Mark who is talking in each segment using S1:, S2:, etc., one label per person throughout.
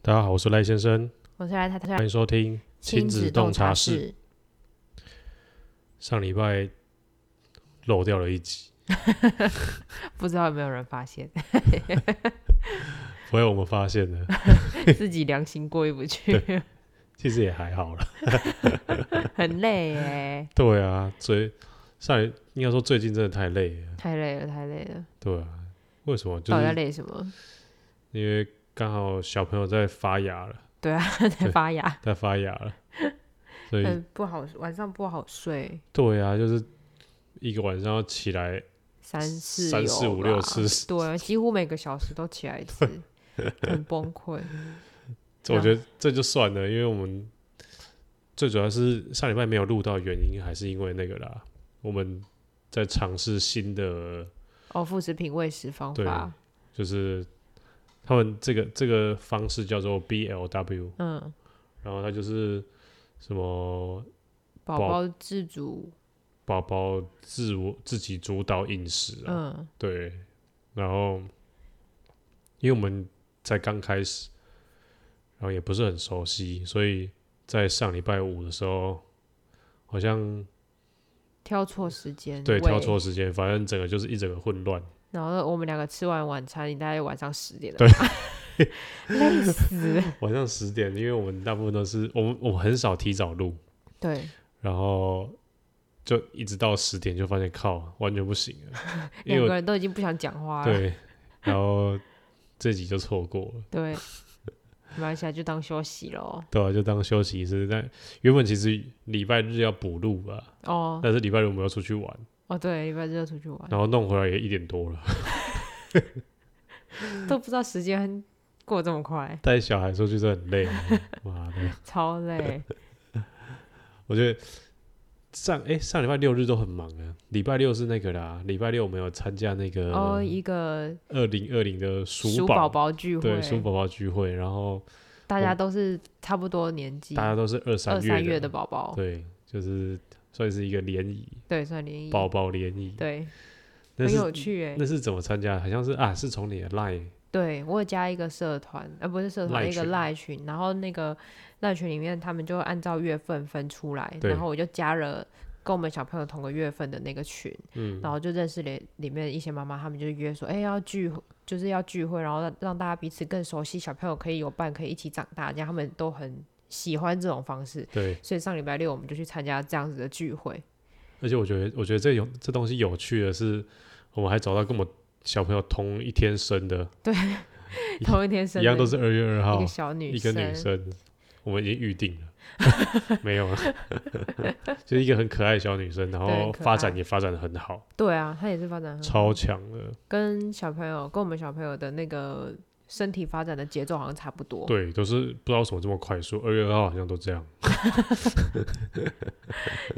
S1: 大家好，我是赖先生，
S2: 我是来台台
S1: 欢迎收听亲子洞察室。。上礼拜漏掉了一集，
S2: 不知道有没有人发 现
S1: 所以我们发现了，
S2: 自己良心过意不去，
S1: 其实也还好了。
S2: 很累哎，
S1: 对啊，最上一应该说最近真的太累了。
S2: 太累了，太累了，
S1: 对啊，为什么？就
S2: 到底在
S1: 是
S2: 累什么？
S1: 因为刚好小朋友在发芽了，
S2: 对啊，在发芽，
S1: 在发芽了，所 以
S2: 嗯，不好，晚上不好睡，
S1: 对啊，就是一个晚上要起来
S2: 三四啊
S1: 三
S2: 有
S1: 四五
S2: 吧
S1: 六次
S2: 对，啊几乎每个小时都起来一 次，很崩溃。
S1: 这我觉得这就算了，因为我们最主要是上礼拜没有录到，原因还是因为那个啦，我们在尝试新的，
S2: 哦，副食品喂食方
S1: 对
S2: 法，
S1: 就是他们这个这个方式叫做 BLW，
S2: 嗯，
S1: 然后它就是什么
S2: 宝
S1: 宝
S2: 宝自主，
S1: 宝宝自我自己主导饮食啊，
S2: 嗯，
S1: 对，然后因为我们才刚开始，然后也不是很熟悉，所以在上礼拜五的时候，好像
S2: 挑错时间，
S1: 对挑错。时间，反正整个就是一整个混乱。
S2: 然后我们两个吃完晚餐，你大概晚上十点了
S1: 对
S2: 吧， 累死 了。
S1: 晚上十点，因为我们大部分都是我们我们很少提早录，
S2: 对，
S1: 然后就一直到十点就发现靠完全不行了，因
S2: 两
S1: 为
S2: 个
S1: 我
S2: 人都已经不想讲话了。
S1: 对，然后这集就错过了。
S2: 对，没关系啊，就当休息咯。
S1: 对啊，就当休息是但原本其实礼拜日要补录吧，
S2: 哦
S1: 但是礼拜六我们要出去玩，
S2: 哦，对，礼拜日要出去玩，
S1: 然后弄回来也一点多了。
S2: 都不知道时间过这么快，
S1: 带小孩出去真的很累，啊妈的！
S2: 超累。
S1: 我觉得上哎、上礼拜六日都很忙啊，礼拜六是那个啦，礼拜六我们有参加那个
S2: 哦，一个
S1: 二零二零的呃鼠
S2: 鼠宝宝聚
S1: 对
S2: 会，
S1: 鼠宝宝聚会，然后
S2: 大家都是差不多年纪，
S1: 大家都是二
S2: 二
S1: 三
S2: 三
S1: 月
S2: 月的宝宝，
S1: 对，就是算是一个联谊，
S2: 对，算联谊，
S1: 宝宝联谊，
S2: 对，
S1: 那
S2: 很
S1: 是
S2: 有趣哎
S1: 那。是怎么参加？好像是啊，是从你的 line
S2: 对我有加一个社团，呃，不是社团，
S1: 赖
S2: 一个
S1: 群
S2: 赖群，然后那个赖群里面他们就按照月份分出来，
S1: 对
S2: 然后我就加了跟我们小朋友同个月份的那个群，
S1: 嗯
S2: 然后就认识了里面一些妈妈，他们就约说，哎、要聚会，就是要聚会，然后让让大家彼此更熟悉，小朋友可以有伴，可以一起长大，这样他们都很喜欢这种方式，
S1: 对，
S2: 所以上礼拜六我们就去参加这样子的聚会，
S1: 而且我觉得，我觉得这有这东西有趣的是，我们还找到跟我们小朋友同一天生的，一
S2: 同一天生
S1: 一样
S2: 的
S1: 都是二月二
S2: 一
S1: 号
S2: 个，小女
S1: 一个女生，我们已经预定了， 没有啊，就是一个很可爱的小女生，然后
S2: 对很可爱
S1: 发展也发展的很好，
S2: 对啊，她也是发展很好
S1: 超强的，
S2: 跟小朋友，跟我们小朋友的那个身体发展的节奏好像差不多。
S1: 对，都是不知道为什么这么快速，二月二号好像都这 样，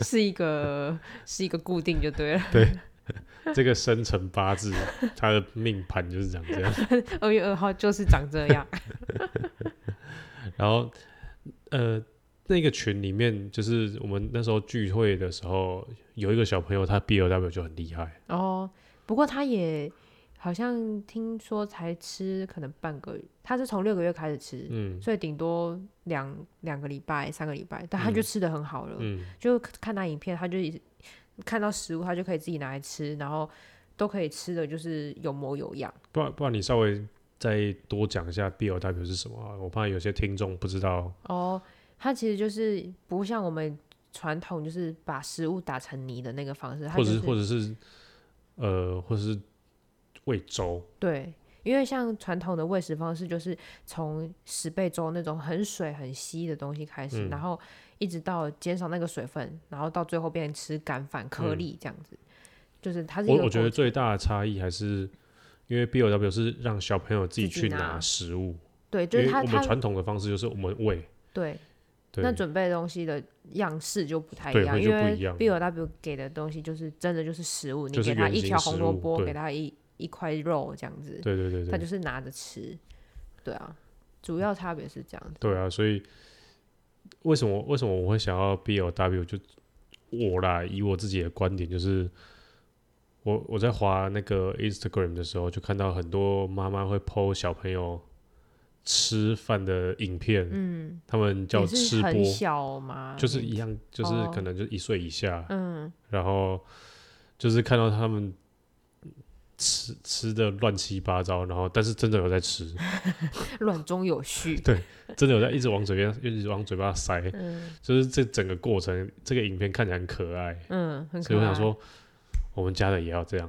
S2: 是一个 是一个固定就对了。
S1: 这个生辰八字，她的命盘就是长这样，
S2: 二月二号就是长这样。
S1: 然后呃，那个群里面就是我们那时候聚会的时候，有一个小朋友他 B L W 就很厉害，
S2: 哦，不过他也好像听说才吃可能半个，他是从六个月开始吃，
S1: 嗯
S2: 所以顶多两两个礼拜、三个礼拜，但他
S1: 嗯
S2: 就吃的很好了。
S1: 嗯，
S2: 就看他影片，他就一直看到食物，他就可以自己拿来吃，然后都可以吃的就是有模有样。
S1: 不然不然你稍微再多讲一下 B L W 是什么、啊，我怕有些听众不知道，
S2: 哦，它其实就是不像我们传统就是把食物打成泥的那个方式，它
S1: 或
S2: 就
S1: 者是
S2: 是
S1: 或者是呃，或者是喂粥，
S2: 对，因为像传统的喂食方式就是从十倍粥那种很水很稀的东西开始，
S1: 嗯
S2: 然后一直到减少那个水分，然后到最后变成吃干饭颗
S1: 嗯
S2: 粒这样子，就是它是一
S1: 我
S2: 个
S1: 我觉得
S2: 过
S1: 最大的差异还是。因为 B O W 是让小朋友自己
S2: 自己
S1: 去
S2: 拿
S1: 拿食物，
S2: 对，就是
S1: 因为
S2: 它
S1: 我们
S2: 它
S1: 传统的方式就是我们喂，
S2: 对
S1: 对，
S2: 那准备的东西的样式就不太
S1: 对
S2: 一样，
S1: 会
S2: 因
S1: 就不
S2: 为
S1: 一样
S2: B O W 给的东西就是真的就是食物，你
S1: 就是
S2: 给他
S1: 原
S2: 一
S1: 型
S2: 条
S1: 食
S2: 红萝
S1: 物
S2: 卜，
S1: 对
S2: 给他一一块肉这样子，
S1: 对对对对
S2: 他就是拿着吃，对啊，主要差别是这样子。
S1: 对啊，所以为什么为什么我会想要 B L W？就我啦，以我自己的观点，就是我我在滑那个 Instagram 的时候，就看到很多妈妈会 PO 小朋友吃饭的影片，
S2: 嗯，
S1: 他们叫
S2: 也是
S1: 吃
S2: 很
S1: 播，
S2: 小嘛，
S1: 就是一样，就是
S2: 哦
S1: 可能就一岁以下，
S2: 嗯，
S1: 然后就是看到他们吃吃的乱七八糟，然后但是真的有在吃，
S2: 乱中有 序，
S1: 对真的有在一直往嘴边，一直往嘴巴塞，
S2: 嗯
S1: 就是这整个过程，这个影片看起来很可爱，
S2: 嗯，很
S1: 所
S2: 可
S1: 以我
S2: 爱。
S1: 想说，我们家的也要这样，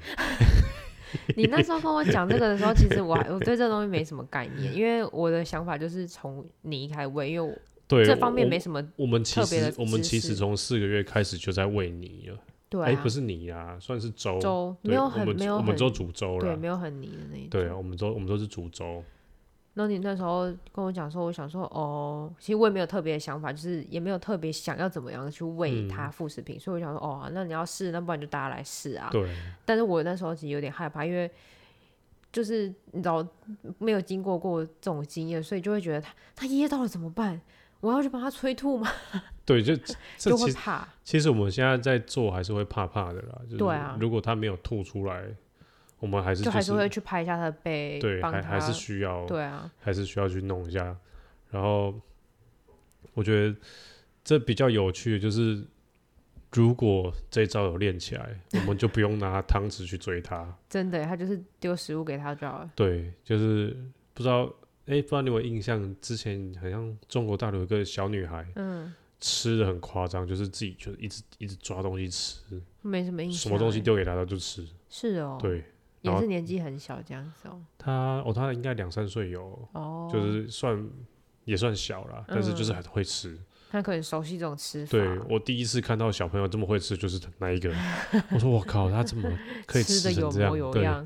S2: 你那时候跟我讲这个的时候，其实我还我对这东西没什么概念，因为我的想法就是从你开始喂，因为我
S1: 对，
S2: 这方面
S1: 我
S2: 没什么
S1: 我们其
S2: 特别的
S1: 实我们
S2: 知
S1: 其实
S2: 识
S1: 从四个月开始就在喂你了，
S2: 对
S1: 哎、
S2: 啊
S1: 不，是你啊，算是粥，
S2: 粥
S1: 对
S2: 没有
S1: 我
S2: 很
S1: 们
S2: 没有
S1: 我们
S2: 很
S1: 粥煮粥
S2: 对，
S1: 了，
S2: 没有很泥的那一种。
S1: 对，我啊们粥我们都是煮粥，
S2: 那你那时候跟我讲说，我想说哦，其实我也没有特别的想法，就是也没有特别想要怎么样去喂
S1: 嗯
S2: 它副食品，所以我想说哦，那你要试，那不然就大家来试啊。
S1: 对，
S2: 但是我那时候其实有点害怕，因为就是你知道没有经过过这种经验，所以就会觉得它它噎到了怎么办？我要去帮它催吐吗？
S1: 对， 就 这
S2: 就
S1: 其
S2: 会
S1: 实
S2: 怕。
S1: 其实我们现在在做还是会怕怕的啦，就是
S2: 对啊
S1: 如果他没有吐出来，我们还是
S2: 就还
S1: 是
S2: 是会去拍一下他的背，
S1: 对，
S2: 帮
S1: 还
S2: 他，
S1: 还是需要
S2: 对啊，
S1: 还是需要去弄一下。然后我觉得这比较有趣的就是，如果这一招有练起来，我们就不用拿汤匙去追它。
S2: 真的，他就是丢食物给他就好了。
S1: 对，就是不知道，哎，不知道你有没有印象，之前好像中国大陆有一个小女孩
S2: 嗯，
S1: 吃的很夸张，就是自己就是一直一直抓东西吃，
S2: 没什么印象欸。
S1: 什么东西丢给她她就吃。
S2: 是哦，，
S1: 对然
S2: 也
S1: 后
S2: 是年纪很小这样子哦。
S1: 她，哦，她应该两三岁有，
S2: 哦，嗯
S1: 就是算也算小啦，但是就是很会吃。
S2: 他可能熟悉这种吃法，
S1: 对我第一次看到小朋友这么会吃，就是那一个。我说我靠，他怎么可以
S2: 吃的
S1: 成
S2: 有
S1: 这样？
S2: 模有
S1: 对，
S2: 样，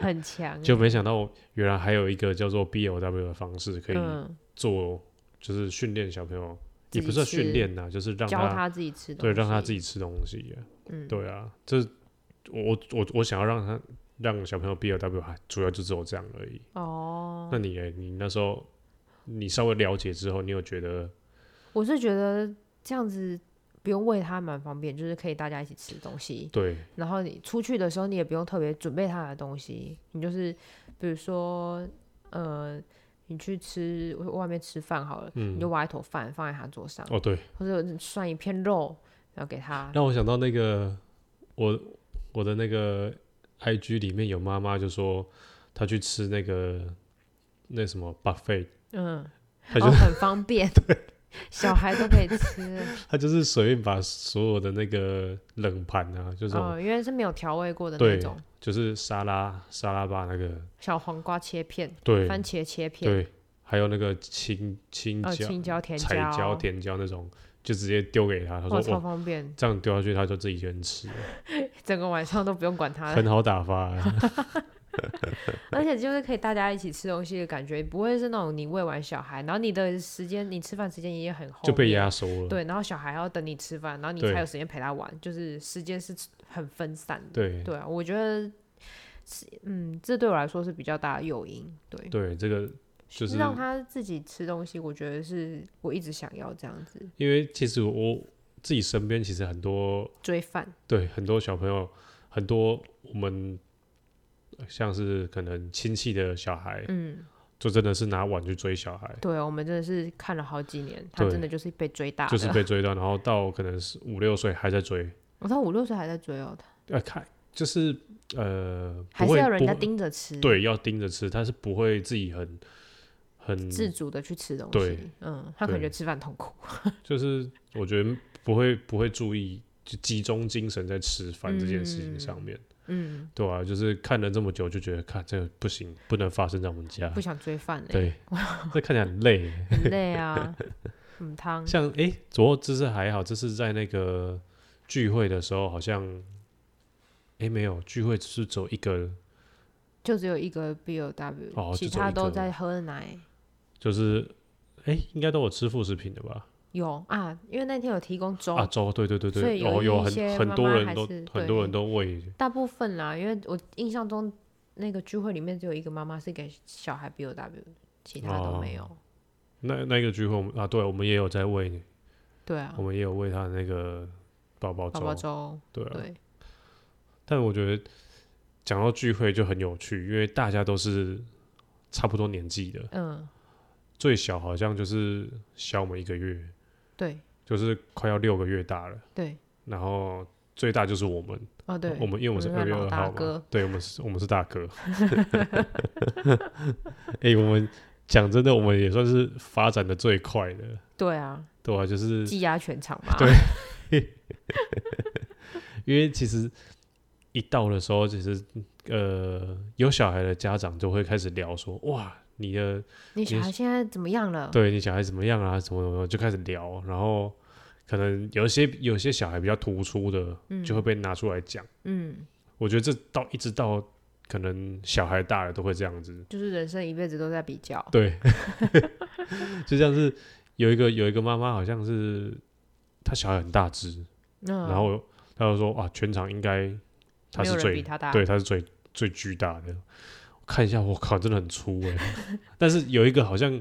S2: 很强欸。
S1: 就没想到原来还有一个叫做 BLW 的方式可以
S2: 嗯，
S1: 做，就是训练小朋友，
S2: 自
S1: 也
S2: 己
S1: 不是
S2: 吃
S1: 训练呐，就是让
S2: 教
S1: 他
S2: 自己吃东
S1: 对
S2: 西，
S1: 让他自己吃东西啊。
S2: 嗯，
S1: 对啊，这我我我我想要让他让小朋友 BLW，还主要就只有这样而已。
S2: 哦，
S1: 那你嘞你那时候你稍微了解之后，你有觉得
S2: 我是觉得这样子。不用喂它蛮方便，就是可以大家一起吃东西。
S1: 对
S2: 然后你出去的时候，你也不用特别准备它的东西，你就是比如说，呃，你去吃外面吃饭好了，你就挖一坨饭放在他桌上，
S1: 嗯哦对，
S2: 或者涮一片肉，然后给他。
S1: 让我想到那个我我的那个 IG 里面有妈妈就说她去吃那个那什么 buffet，
S2: 嗯，
S1: 她就、
S2: 哦，很 方便，小孩都可以吃，
S1: 她就是随便把所有的那个冷盘啊，就这种、
S2: 哦，因为是没有调味过的那
S1: 对
S2: 种，
S1: 就是沙拉沙拉吧那个
S2: 小黄瓜切片，
S1: 对
S2: 番茄切片，
S1: 对，还有那个青青
S2: 呃，
S1: 椒、
S2: 青椒、甜
S1: 彩椒、甜椒那种，就直接丢给她，她
S2: 哇，
S1: 说
S2: 超
S1: 哦。
S2: 方便，
S1: 这样丢下去，她就自己一个人吃了，
S2: 整个晚上都不用管它了
S1: 很，好打发、啊。
S2: 而且就是可以大家一起吃东西的感觉，不会是那种你喂完小孩，然后你的时间，你吃饭时间也很后
S1: 就被
S2: 面
S1: 压缩了。
S2: 对，然后小孩要等你吃饭，然后你
S1: 对
S2: 才有时间陪他玩，就是时间是很分散的。
S1: 对
S2: 对啊，我觉得是，嗯，这对我来说是比较大的诱因，对，
S1: 对，这个就是
S2: 让他自己吃东西，我觉得是我一直想要这样子
S1: 因为其实我自己身边其实很多
S2: 追饭，
S1: 对很多小朋友，很多我们呃像是可能亲戚的小孩，
S2: 嗯，
S1: 就真的是拿碗去追小孩，
S2: 对啊，我们真的是看了好几年，他
S1: 对
S2: 真的就是被追大
S1: 就
S2: 的，
S1: 是被追到，然后到可能是五六岁还在追，
S2: 我到五六岁还在追哦，
S1: 要、看就是呃不
S2: 还是
S1: 会
S2: 要人
S1: 不
S2: 家
S1: 会
S2: 盯着吃，
S1: 对要盯着吃，他是不会自己很很
S2: 自主的去吃东
S1: 对
S2: 西。嗯，他可能
S1: 对
S2: 觉得吃饭痛苦。
S1: 就是我觉得不会不会注意就集中精神在吃饭这件事情上面。
S2: 嗯，
S1: 对啊，就是看了这么久，就觉得看这个不行，不能发生在我们家
S2: 不。欸想追饭嘞、
S1: 对， 这看起来很累。欸
S2: 很累啊。 嗯，汤
S1: 像诶，昨这是还好，这是在那个聚会的时候，好像诶，没有聚会是只有一个，
S2: 就只有一个 B O W，、
S1: 哦
S2: 其
S1: 就只有
S2: 他
S1: 一
S2: 都
S1: 个
S2: 在喝奶。
S1: 就是诶，应该都有吃副食品的吧？
S2: 有啊，因为那天有提供粥，
S1: 啊，粥，对对对
S2: 所
S1: 对，
S2: 以
S1: 有
S2: 有
S1: 有
S2: 一
S1: 很
S2: 些
S1: 很
S2: 妈
S1: 多
S2: 妈
S1: 人
S2: 还
S1: 都
S2: 是
S1: 很
S2: 对
S1: 多人都喂，
S2: 大部分啦，因为我印象中那个聚会里面只有一个妈妈是给小孩 B O W，其他都没有。
S1: 哦那那个聚会我们啊，对，我们也有在喂，
S2: 对啊
S1: 我，们也有喂他的那个宝宝
S2: 宝宝
S1: 粥，
S2: 粥，
S1: 对啊，
S2: 对，
S1: 但我觉得讲到聚会就很有趣，因为大家都是差不多年纪的，
S2: 嗯，
S1: 最小好像就是小我们一个月，
S2: 对
S1: 就是快要六个月大了，
S2: 对，
S1: 然后最大就是我们，
S2: 哦对，
S1: 我们因为我们是
S2: 我们
S1: 二
S2: 是
S1: 月
S2: 老
S1: 二
S2: 大
S1: 号嘛
S2: 哥，
S1: 对，我们是，我们是大 哥。哎、我们讲真的，我们也算是发展的最快的，
S2: 对啊，
S1: 对吧、就是
S2: 技压全场嘛，
S1: 对因为其实一到的时候，其实呃，有小孩的家长就会开始聊说，哇，你的
S2: 你小孩现在怎么样了？
S1: 对你小孩怎么样啊，怎么怎么，就开始聊，然后可能有一些有些小孩比较突出的，就会被拿出来讲。
S2: 嗯，
S1: 我觉得这到一直到可能小孩大了都会这样子，
S2: 就是人生一辈子都在比较，
S1: 对， 就像是有一个有一个妈妈好像是她小孩很大只，
S2: 嗯，
S1: 然后她就说哇，全场应该她
S2: 没
S1: 是
S2: 有人
S1: 最
S2: 比他大，
S1: 对，它是最最巨大的。我看一下，我靠，真的很粗哎、但是有一个好像，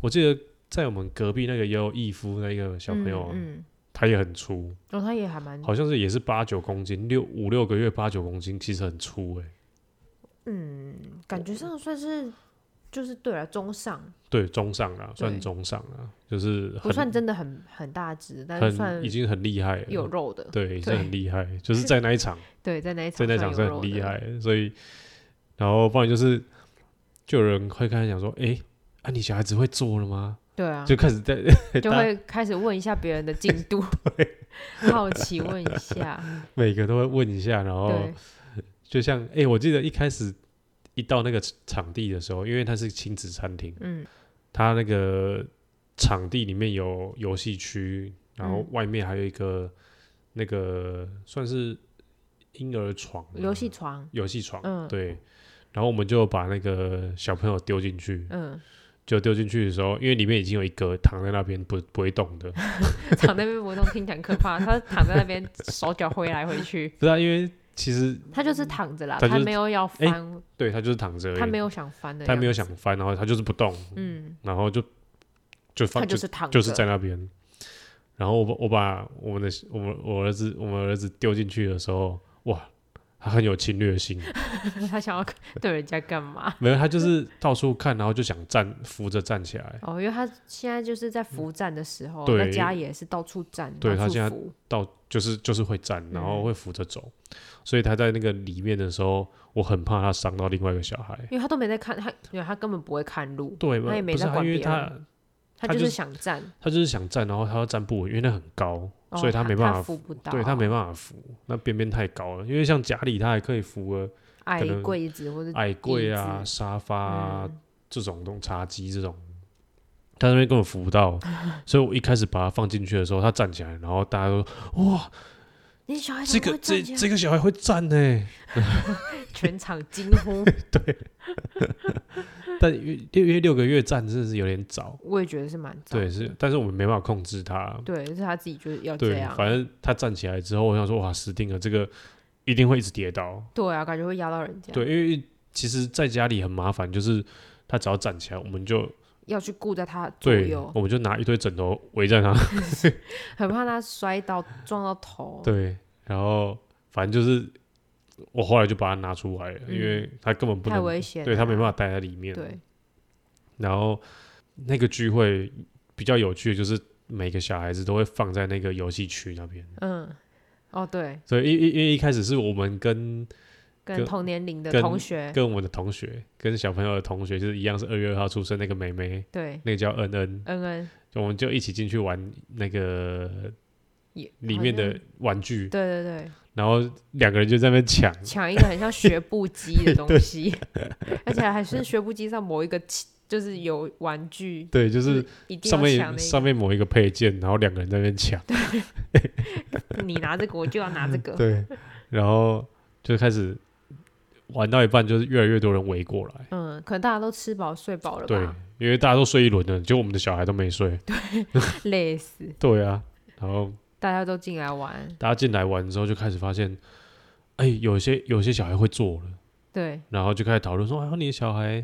S1: 我记得在我们隔壁那个也有义夫那个小朋友啊，
S2: 嗯，嗯
S1: 他也很粗，
S2: 哦，他也还蛮，
S1: 好像是也是八九公斤，六五六个月八九公斤，其实很粗哎、
S2: 嗯，感觉上算是就是对了，中上
S1: 对，中上啦，算
S2: 对
S1: 中上啦，就是
S2: 不
S1: 很
S2: 算真的很很大只，但是算
S1: 很已经很厉害了，
S2: 有肉的，
S1: 对，已经
S2: 对
S1: 很厉害，就是在那一 场。
S2: 对，在那一场
S1: 在那场
S2: 算有
S1: 是
S2: 肉
S1: 很厉
S2: 的
S1: 害，的，所以然后不然就是就有人会开始讲说，哎、啊你小孩子会做了吗？
S2: 对啊，
S1: 就开始在
S2: 就
S1: 大
S2: 会开始问一下别人的进 度， 好奇问一下，
S1: 每个都会问一下，然后
S2: 对，
S1: 就像哎、我记得一开始一到那个场地的时候，因为它是亲子餐厅，
S2: 嗯，
S1: 它那个场地里面有游戏区，然后
S2: 嗯
S1: 外面还有一个、那个算是婴儿床吗
S2: 游戏床，
S1: 游戏床，
S2: 嗯
S1: 对。然后我们就把那个小朋友丢进去，
S2: 嗯，
S1: 就丢进去的时候，因为里面已经有一个躺在那边不不会动的，
S2: 躺在那边活动听起来很可 怕，他躺在那边手脚挥来挥去，
S1: 不是、啊、因为其实
S2: 他就是躺着啦，
S1: 他
S2: 他
S1: 就是
S2: 没有要
S1: 哎
S2: 翻，
S1: 对他就是躺着而已，
S2: 他没有想翻的，
S1: 他没有想，翻，然后他就是不动，
S2: 嗯，
S1: 然后就就
S2: 他
S1: 放就
S2: 就
S1: 是
S2: 躺着，
S1: 就是在那边。然后我把我把我们的我们我儿子我们儿子丢进去的时候，哇，他很有侵略性，
S2: 他想要对人家干嘛？
S1: 没有他就是到处看，然后就想站扶着站起来，
S2: 哦，因为他现在就是在服战的时候，
S1: 嗯对
S2: 在家也是到处站，
S1: 对
S2: 到
S1: 他
S2: 处
S1: 现在
S2: 扶
S1: 到就是就是会站，然后
S2: 嗯
S1: 会扶着走，所以他在那个里面的时候，我很怕他伤到另外一个小孩。
S2: 因为他都没在看，他因为他根本不会看路，
S1: 对嘛，
S2: 他也没
S1: 不是
S2: 在
S1: 啊
S2: 管
S1: 因为
S2: 别
S1: 他
S2: 他
S1: 他
S2: 就
S1: 就是是
S2: 想站，
S1: 他就是想站，然后他要站不稳，因为那很高，
S2: 哦
S1: 所以
S2: 他
S1: 没办法
S2: 扶不到，
S1: 对他没办法扶，那边边太高了。因为像贾里他还可以扶个
S2: 矮
S1: 可能
S2: 柜子或者
S1: 矮柜啊、
S2: 椅子
S1: 沙发啊、
S2: 嗯
S1: 这种东茶几这种，他那边根本扶不 到，所以我一开始把他放进去的时候，他站起来，然后大家都哇，
S2: 你小孩
S1: 这
S2: 怎么
S1: 个
S2: 哦会
S1: 这
S2: 站起来？
S1: 这个小孩会站呢、
S2: 全场惊呼，
S1: 但因为因为六个月站真的是有点早，
S2: 我也觉得 是蛮早
S1: 对，是，但是我们没办法控制他，
S2: 对，是他自己就是要这
S1: 对
S2: 样，，
S1: 反正他站起来之后，我想说哇，死定了，这个一定会一直跌倒。
S2: 对啊，感觉会压到人家，
S1: 对，因为其实在家里很麻烦，就是他只要站起来，我们就
S2: 要去顾在他左
S1: 对
S2: 右，，
S1: 我们就拿一堆枕头围在他。
S2: 很怕他摔到撞到头，
S1: 对，然后反正就是我后来就把他拿出来了，因为他根本不
S2: 嗯太
S1: 能，
S2: 危险了，
S1: 对他没办法待在里面。
S2: 对，
S1: 然后那个聚会比较有趣的就是。每个小孩子都会放在那个游戏区那边，
S2: 嗯，哦对，
S1: 所以因因因为一开始是我们跟
S2: 跟
S1: 跟
S2: 同年龄的
S1: 跟
S2: 同学，
S1: 跟我们的同学，跟小朋友的同学，就是一样是二月二号出生那个妹妹，
S2: 对，
S1: 那个叫恩恩，
S2: 恩恩
S1: 我们就一起进去玩那个
S2: 也
S1: 里
S2: 好
S1: 面
S2: 像
S1: 的玩具，
S2: 对对对，
S1: 然后两个人就在那边抢，
S2: 抢一个很像学步机的东西，而且还是学步机上某一个器，就是有玩具，
S1: 对，就是
S2: 一定
S1: 上
S2: 要抢
S1: 面
S2: 那
S1: 上
S2: 个。
S1: 面某一个配件，然后两个人在那边抢，
S2: 你拿这个，我就要拿这个。
S1: 对，然后就开始玩到一半，就是越来越多人围过来，
S2: 嗯，可能大家都吃饱睡饱了
S1: 对
S2: 吧，，
S1: 因为大家都睡一轮了，就我们的小孩都没睡，
S2: 累死，
S1: 对啊，然后
S2: 大家都进来玩。
S1: 大家进来玩之后就开始发现，哎、有些有些小孩会做了。
S2: 对，
S1: 然后就开始讨论说，啊，你的小孩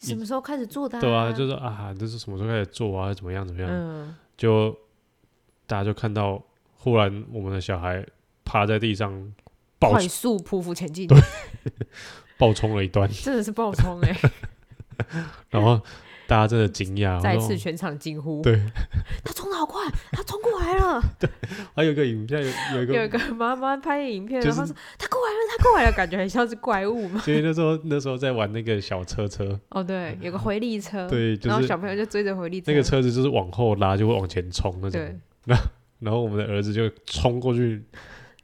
S1: 你
S2: 什么时候开始做的、
S1: 对啊，就是啊，这是什么时候开始做啊，怎么样怎么样？
S2: 嗯，
S1: 就大家就看到，忽然我们的小孩趴在地上暴
S2: 快速匍匐前进，
S1: 暴冲了一段，
S2: 欸 真的是爆冲哎、
S1: 然后大家真的惊讶，我
S2: 再
S1: 说
S2: 次全场惊呼，
S1: 对，
S2: 他冲的好快，他冲过来了。
S1: 还啊有一个影片，有 有一
S2: 有一
S1: 个，
S2: 个妈妈拍影片，
S1: 就
S2: 然
S1: 是
S2: 后说他过来了，他过来了，感觉很像是怪 物嘛。
S1: 因为那时候那时候在玩那个小车车，
S2: 哦，对，有个回力车，
S1: 对，就
S2: 然后
S1: 是
S2: 小朋友就追着回力车，
S1: 那个车子就是往后拉就会往前冲那
S2: 对
S1: 种，然后我们的儿子就冲过去，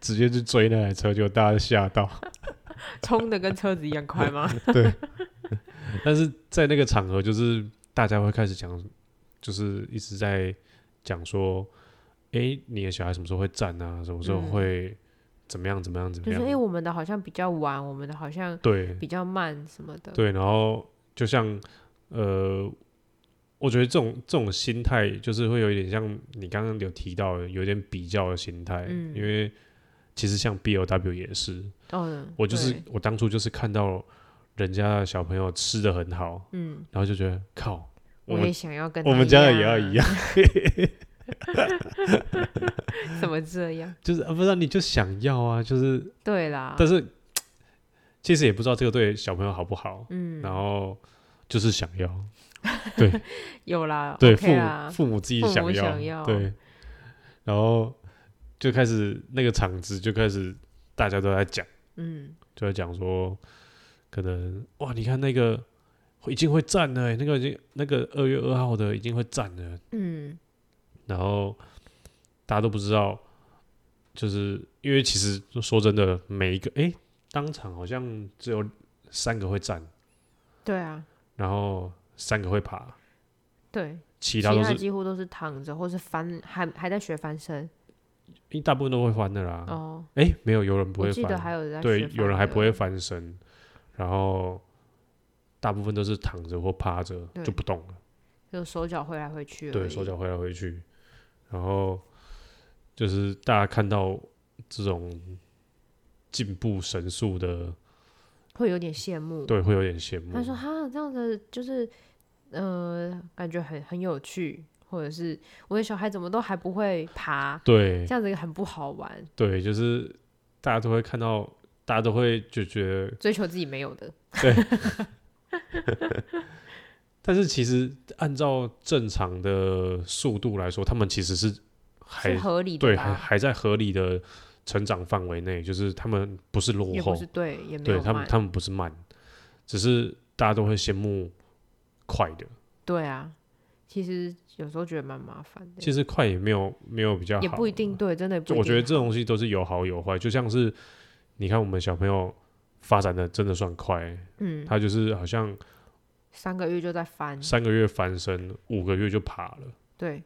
S1: 直接去追那台车，就大家吓到。
S2: 冲的跟车子一样快吗？
S1: 但是在那个场合，就是大家会开始讲，就是一直在讲说，诶，你的小孩什么时候会站啊？什么时候
S2: 嗯
S1: 会怎么样？怎么样？怎么
S2: 就是
S1: 样？
S2: 哎，我们的好像比较晚，我们的好像
S1: 对
S2: 比较慢什么的。
S1: 对，然后就像呃，我觉得这种这种心态，就是会有一点像你刚刚有提到的，有点比较的心态，
S2: 嗯
S1: 因为其实像 B L W 也是，
S2: 嗯，
S1: 我就是
S2: 对
S1: 我当初就是看到人家的小朋友吃的很好，
S2: 嗯，
S1: 然后就觉得靠，我
S2: 我
S1: 们
S2: 也想要跟
S1: 我
S2: 他
S1: 们家的也要一样。
S2: 怎么这样？
S1: 就是啊，不知道你就想要啊，就是，
S2: 对啦，
S1: 但是其实也不知道这个对小朋友好不好，
S2: 嗯，
S1: 然后就是想要，
S2: 有啦，
S1: 对
S2: OK 啦，
S1: 父母父母自己
S2: 父母
S1: 想要，
S2: 想要
S1: 对，然后就开始那个场子就开始大家都在讲，
S2: 嗯，
S1: 就在讲说，可能哇，你看那个已经会站了欸、那个已经那个二月二号的已经会站了，
S2: 嗯，
S1: 然后大家都不知道，就是因为其实说真的，每一个诶，当场好像只有三个会站，
S2: 对啊，
S1: 然后三个会爬，
S2: 对，
S1: 其
S2: 其
S1: 他都
S2: 他
S1: 是
S2: 几乎都是躺着或是翻，还还在学翻身。
S1: 一大部分都会翻的啦。诶，
S2: 哦，
S1: 没有，有人啊不
S2: 我
S1: 会
S2: 记得还
S1: 翻，
S2: 有人在
S1: 对
S2: 学，
S1: 有人
S2: 翻
S1: 还不
S2: 的
S1: 会翻身，然后大部分都是躺着或趴着
S2: 对
S1: 就不动了，
S2: 就手脚挥来挥去而已。
S1: 对手脚挥来挥去，然后就是大家看到这种进步神速的。
S2: 会有点羡慕。
S1: 对，嗯会有点羡慕。
S2: 他说：“哈，这样子就是，呃，感觉很很有趣，或者是我的小孩怎么都还不会爬，
S1: 对
S2: 这样子很不好玩，
S1: 对，就是大家都会看到，大家都会就觉得，
S2: 追求自己没有的。
S1: 但是其实按照正常的速度来说，他们其实是还
S2: 是合理的
S1: 对还
S2: 吧，
S1: 还在合理的成长范围内，就是他们不是落
S2: 也不
S1: 后
S2: 是，对，也没
S1: 对
S2: 有
S1: 他们
S2: 慢，
S1: 他们不是慢，只是大家都会羡慕快的，
S2: 对啊。其实有时候觉得蛮麻烦的，
S1: 其实快也没有没有比较好，啊
S2: 也不一定对，真的不
S1: 就
S2: 一定。
S1: 我觉得这种东西都是有好有坏，就像是你看我们小朋友发展的真的算快，
S2: 嗯，
S1: 他就是好像
S2: 三个月就在翻，
S1: 三个月翻身，五个月就爬了，
S2: 对，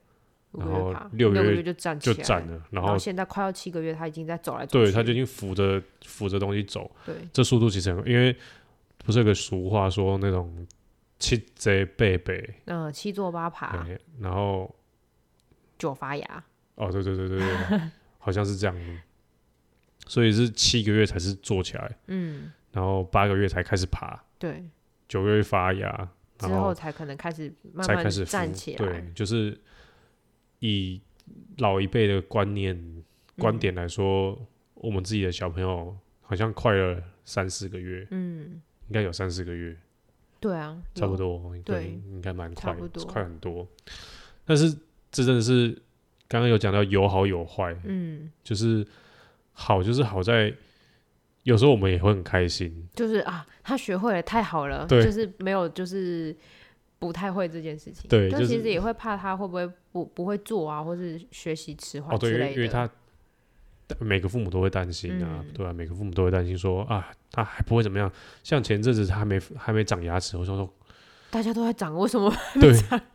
S2: 五
S1: 然
S2: 个月
S1: 后
S2: 爬，
S1: 六
S2: 六
S1: 个月
S2: 就站起
S1: 就
S2: 来
S1: 站，了，然
S2: 然
S1: 后
S2: 现在快要七个月，他已经在走来走
S1: 对
S2: 去
S1: 他就已经扶着扶着东西走，
S2: 对
S1: 这速度其实很，因为不是有个俗话说那种七贼贝贝，
S2: 嗯，七坐八爬，
S1: 哎然后
S2: 九发芽，
S1: 哦，对对对对对，好像是这样的，所以是七个月才是坐起来，
S2: 嗯，
S1: 然后八个月才开始爬，
S2: 对，
S1: 九个月发芽。
S2: 之
S1: 然后
S2: 后才可能开始慢
S1: 才
S2: 慢
S1: 开始扶
S2: 站起来。
S1: 对，就是以老一辈的观念观点来说，我们自己的小朋友好像快了三四个月，
S2: 嗯，
S1: 应该有三四个月，
S2: 对啊，
S1: 差不
S2: 有。
S1: 多。
S2: 对
S1: 应该蛮
S2: 差
S1: 快
S2: 不
S1: 的，
S2: 多
S1: 快很多。但是这真的是刚刚有讲到有好有坏，
S2: 嗯，
S1: 就是好就是好在有时候我们也会很开心，
S2: 就是啊，他学会了，太好了。
S1: 对
S2: 就是没有，就是不太会这件事情。
S1: 对
S2: 但
S1: 就
S2: 其
S1: 是
S2: 实也会怕他会不会不不会做啊，或是学习迟缓
S1: 哦，对，
S2: 之
S1: 因
S2: 类
S1: 为
S2: 的。
S1: 因为他每个父母都会担心啊，
S2: 嗯
S1: 对啊，每个父母都会担心说啊，他还不会怎么样。像前阵子他还没还没长牙齿，我想说
S2: 大家都在长，为什么？
S1: 对，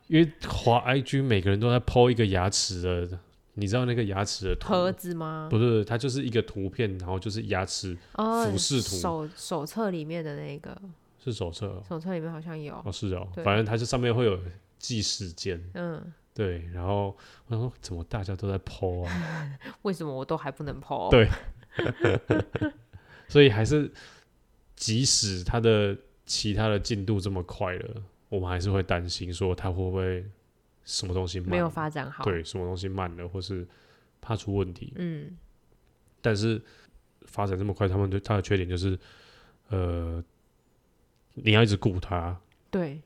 S1: 因为滑 IG 每个人都在剖一个牙齿的，你知道那个牙齿的图
S2: 盒子吗？
S1: 不是，它就是一个图片，然后就是牙齿
S2: 哦，
S1: 俯视图
S2: 手手册里面的那个
S1: 是手册哦，
S2: 手册里面好像有
S1: 哦。是哦，
S2: 对
S1: 反正它是上面会有记时间，
S2: 嗯，
S1: 对，然后我想说怎么大家都在剖啊，
S2: 为什么我都还不能剖？
S1: 对所以还是即使他的其他的进度这么快了，我们还是会担心说他会不会什么东西慢
S2: 没有发展好。，
S1: 对什么东西慢了，或是怕出问题。
S2: 嗯，
S1: 但是发展这么快，他们对他的缺点就是，呃，你要一直顾他，
S2: 对，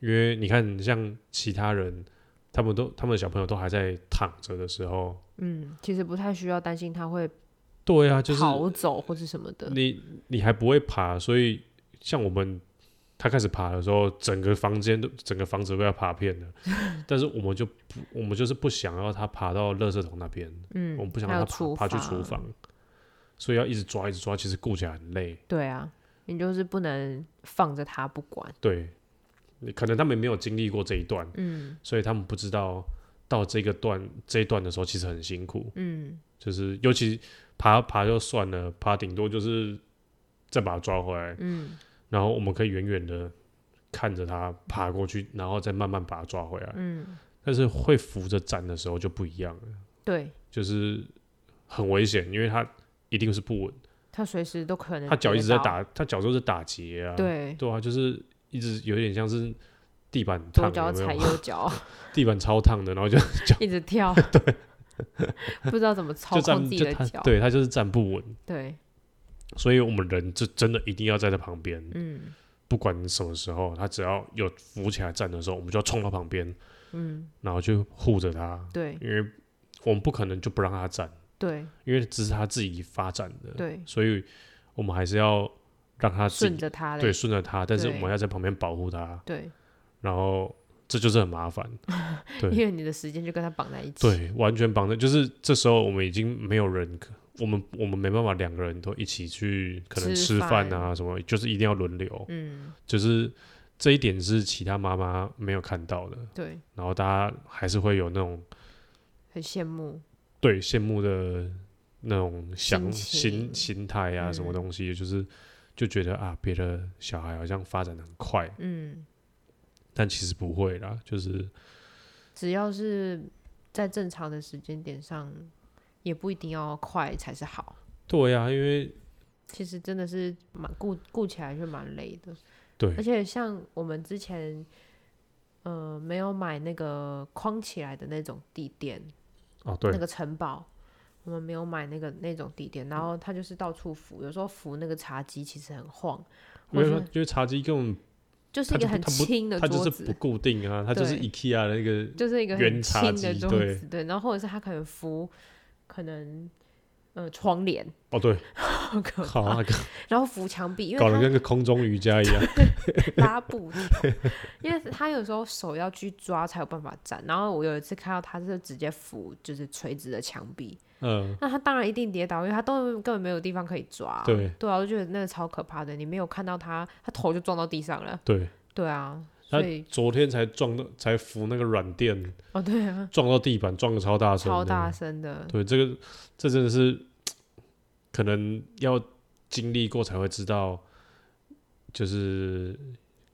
S1: 因为你看，像其他人，他们都他们的小朋友都还在躺着的时候，
S2: 嗯，其实不太需要担心他会
S1: 对啊，就是
S2: 跑走或是什么的。
S1: 你你还不会爬，所以像我们他开始爬的时候，整个房间都整个房子被他爬遍 了，但是我们就不我们就是不想要他爬到垃圾桶那边，
S2: 嗯，
S1: 我们不想
S2: 还
S1: 让
S2: 有
S1: 他
S2: 厨
S1: 爬爬去厨
S2: 房
S1: 房，所以要一直抓一直抓，其实顾起来很累。
S2: 对啊，你就是不能放着他不管。
S1: 对，你可能他们没有经历过这一段，
S2: 嗯
S1: 所以他们不知道到这个段这一段的时候其实很辛苦，
S2: 嗯，
S1: 就是尤其爬爬就算了，爬顶多就是再把它抓回来，
S2: 嗯，
S1: 然后我们可以远远的看着它爬过去，然后再慢慢把它抓回来。
S2: 嗯，
S1: 但是会扶着站的时候就不一样了，
S2: 对，
S1: 就是很危险，因为它一定是不稳，
S2: 他随时都可能
S1: 它脚
S2: 跌
S1: 一直在
S2: 倒，
S1: 打，它脚就是打结啊，，
S2: 对，
S1: 对啊，就是一直有点像是地板烫，
S2: 左脚
S1: 有没有
S2: 踩 右脚，
S1: 地板超烫的，然后 就
S2: 一直跳，不知道怎么操
S1: 就
S2: 控
S1: 站
S2: 自己
S1: 就
S2: 的
S1: 他
S2: 脚。
S1: 对他就是站不稳，
S2: 对，
S1: 所以我们人就真的一定要在他旁边，
S2: 嗯
S1: 不管什么时候，他只要有扶起来站的时候，我们就要冲到旁边，
S2: 嗯，
S1: 然后去护着他，
S2: 对
S1: 因为我们不可能就不让他站，
S2: 对
S1: 因为这是他自己发展的，，
S2: 对，
S1: 所以我们还是要让他自
S2: 顺
S1: 己
S2: 着他的
S1: 对顺着他，但是我
S2: 对
S1: 们要在旁边保护他，
S2: 对，
S1: 然后这就是很麻烦，对
S2: 因为你的时间就跟他绑在一起。
S1: 对，完全绑在，就是这时候我们已经没有人可，我们我们没办法两个人都一起去，可能
S2: 吃
S1: 吃饭啊什么，就是一定要轮流，
S2: 嗯，
S1: 就是这一点是其他妈妈没有看到的，
S2: 对，
S1: 然后大家还是会有那种
S2: 很羡慕。
S1: 对羡慕的那种想
S2: 心
S1: 心
S2: 情
S1: 心态啊，什么
S2: 嗯
S1: 东西，就是就觉得啊，别的小孩好像发展得很快，
S2: 嗯，
S1: 但其实不会啦，就是
S2: 只要是在正常的时间点上，也不一定要快才是好。
S1: 对呀、因为
S2: 其实真的是蛮顾顾起来就蛮累的，
S1: 对
S2: 而且像我们之前，呃，没有买那个框起来的那种地垫，
S1: 哦对
S2: 那个城堡，我们没有买那个那种地垫，然后它就是到处扶，有时候扶那个茶几其实很晃，
S1: 因
S2: 我
S1: 为
S2: 觉
S1: 它
S2: 得
S1: 因为茶几根本
S2: 就是一个
S1: 它
S2: 很
S1: 就不它不
S2: 轻的
S1: 它
S2: 桌
S1: 就是不
S2: 子，
S1: 固定啊，它就是
S2: 对
S1: IKEA 的那个
S2: 就是一个很
S1: 圆
S2: 轻
S1: 茶
S2: 的
S1: 几
S2: 桌
S1: 对
S2: 子，对，然后或者是它可能扶，可能呃窗帘，
S1: 哦，对，
S2: 好可
S1: 靠，
S2: 怕
S1: 那个
S2: 然后扶墙壁，因为
S1: 搞
S2: 它
S1: 得跟个空中瑜伽一 样。
S2: 拉不掉， 因为他有时候手要去抓才有办法站。然后我有一次看到他是直接扶就是垂直的墙壁，
S1: 嗯，
S2: 那他当然一定跌倒，因为他都根本没有地方可以抓。
S1: 对
S2: 啊，我就觉得那个超可怕的，你没有看到他，他头就撞到地上了。
S1: 对，
S2: 对啊，
S1: 他
S2: 所以
S1: 昨天才撞到，才扶那个软垫，
S2: 哦对啊，
S1: 撞到地板，撞的超大声，
S2: 超大。声的，
S1: 对，这个这真的是可能要经历过才会知道，就是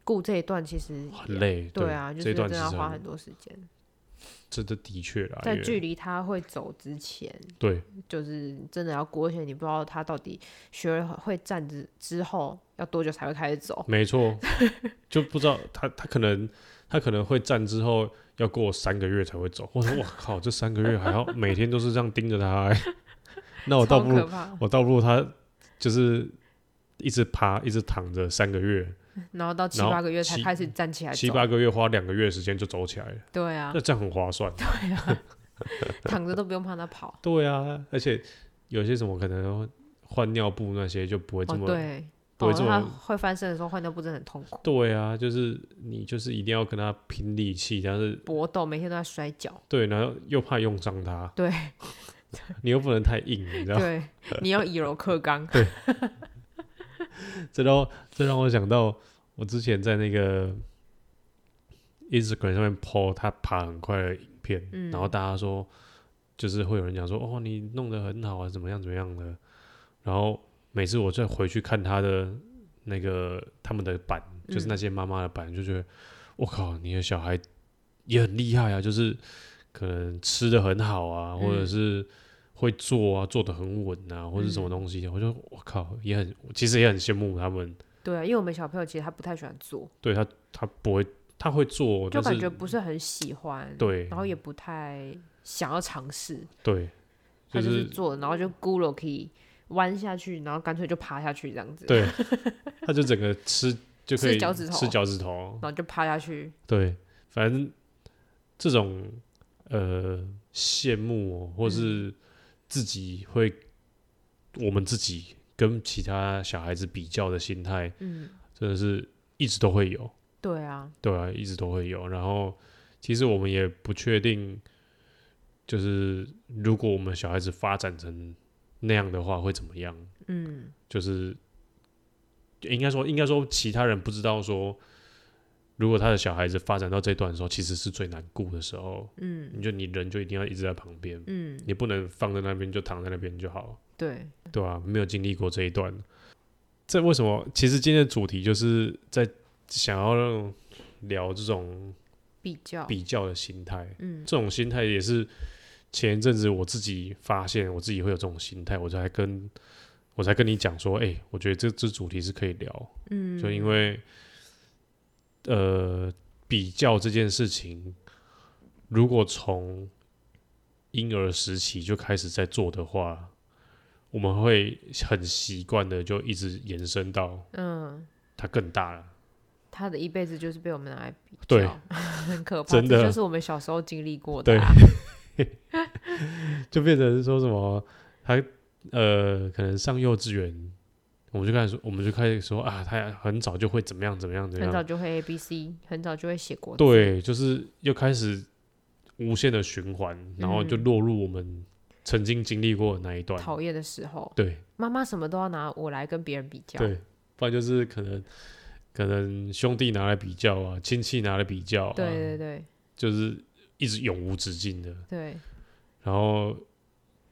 S2: 顾这一段其实
S1: 很累。
S2: 对啊，就是
S1: 这段
S2: 真
S1: 其
S2: 的
S1: 实
S2: 要花
S1: 很
S2: 很多时间，
S1: 这这的确啦，
S2: 在
S1: 因为
S2: 距离他会走之前，
S1: 对
S2: 就是真的要过，而且你不知道他到底学会站之之后要多久才会开始走。
S1: 没错，就不知道他他可能他可能会站之后要过三个月才会走。我说我靠，这三个月还要每天都是这样盯着他、欸， 那我倒
S2: 超
S1: 不如
S2: 可怕。
S1: 我倒不如他就是一直爬一直躺着三个月，
S2: 然后到七
S1: 然后
S2: 八个月才
S1: 七
S2: 开始站起来走，
S1: 七八个月花两个月的时间就走起来了，
S2: 对啊
S1: 那，这样很划算。
S2: 对啊，躺着都不用怕他跑。
S1: 对啊，而且有些什么可能换尿布那些就 不会这
S2: 哦，
S1: 么、
S2: 对，
S1: 不
S2: 哦
S1: 会，这么
S2: 他会翻身的时候换尿布真的很痛苦，
S1: 对啊，就是你就是一定要跟他拼力气，但是
S2: 搏斗每天都在摔跤。
S1: 对，然后又怕用伤他，
S2: 对
S1: 你又不能太硬，你知道？
S2: 对，你要以柔克刚。
S1: 这让这让我想到我之前在那个 Instagram 上面 po 他爬很快的影片，
S2: 嗯
S1: 然后大家说就是会有人讲说哦你弄得很好啊怎么样怎么样的，然后每次我再回去看他的那个他们的版，
S2: 嗯
S1: 就是那些妈妈的版，就觉得我靠你的小孩也很厉害啊，就是可能吃的很好啊，或者
S2: 嗯
S1: 是。会做啊，做的很稳啊，或者什么东
S2: 嗯
S1: 西，我就我靠，也很，其实也很羡慕他们。
S2: 对啊，因为我们小朋友其实他不太喜欢做，
S1: 对他，他不会，他会做，
S2: 就
S1: 哦但
S2: 感觉
S1: 是
S2: 不是很喜欢，
S1: 对
S2: 然后也不太想要尝试，
S1: 对，
S2: 他
S1: 就
S2: 就是
S1: 是
S2: 做，然后就咕噜可以弯下去，然后干脆就爬下去这样子。
S1: 对，他就整个吃就可以
S2: 吃脚趾头
S1: 吃脚趾头
S2: 然，后就趴下去，
S1: 对，反正这种呃羡慕、哦，或是自己会、我们自己跟其他小孩子比较的心态，
S2: 嗯，
S1: 真的是一直都会有，
S2: 对啊，
S1: 对啊，一直都会有。然后其实我们也不确定，就是如果我们小孩子发展成那样的话会怎么样，
S2: 嗯，
S1: 就是应该说应该说其他人不知道说。如果他的小孩子发展到这段的时候，其实是最难顾的时候。
S2: 嗯，
S1: 你就你人就一定要一直在旁边，
S2: 嗯，
S1: 你不能放在那边就躺在那边就好，
S2: 对，
S1: 对吧、没有经历过这一段，这为什么？其实今天的主题就是在想要让聊这种
S2: 比较，
S1: 比较的心态，
S2: 嗯
S1: 这种心态也是前一阵子我自己发现我自己会有这种心态，我才跟我才跟你讲说，哎、我觉得这这主题是可以聊，
S2: 嗯，
S1: 就因为呃，比较这件事情，如果从婴儿时期就开始在做的话，我们会很习惯的就一直延伸到
S2: 嗯，
S1: 它更大了。
S2: 他的一辈子就是被我们拿来比较，
S1: 对，
S2: 很 可怕，
S1: 真
S2: 这
S1: 的
S2: 就是我们小时候经历过的、
S1: 对
S2: 啊，
S1: 就变成是说什么，他呃，可能上幼稚园，我们就开始说，我们就开始说啊，他很早就会怎么样怎么样怎么
S2: 很早
S1: 样，
S2: 就会 A B C，很早就会写国字，
S1: 对，就是又开始无限的循环，然后就
S2: 嗯
S1: 落入我们曾经经历过的那一段，
S2: 讨厌的时候，
S1: 对
S2: 妈妈什么都要拿我来跟别人比较，
S1: 对，不然就是可能可能兄弟拿来比较啊，亲戚拿来比较、啊，
S2: 对对对
S1: 就是一直永无止境的，
S2: 对，
S1: 然后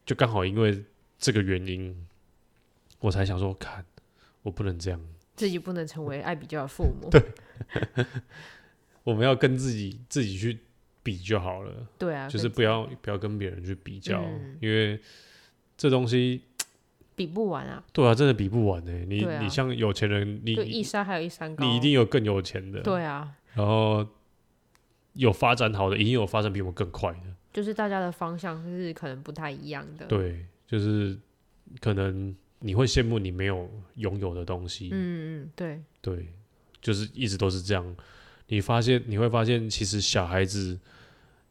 S1: 就刚好因为这个原因，我才想说，看我不能这样。
S2: 自己不能成为爱比较的父母，
S1: 我们要跟自己自己去比就好了，
S2: 对啊，
S1: 就是
S2: 跟
S1: 不要不要跟别人去比较，
S2: 嗯
S1: 因为这东西
S2: 比不完啊，
S1: 对啊，真的比不完哎、你、
S2: 对啊
S1: 你像有钱人，你
S2: 就一
S1: 你
S2: 山还有一山高，
S1: 你一定有更有钱的，，
S2: 对啊，
S1: 然后有发展好的，一定有发展比我们更快的，
S2: 就是大家的方向是可能不太一样的，，
S1: 对，就是可能你会羡慕你没有拥有的东西，
S2: 嗯嗯对，
S1: 对，就是一直都是这样。你发现你会发现，其实小孩子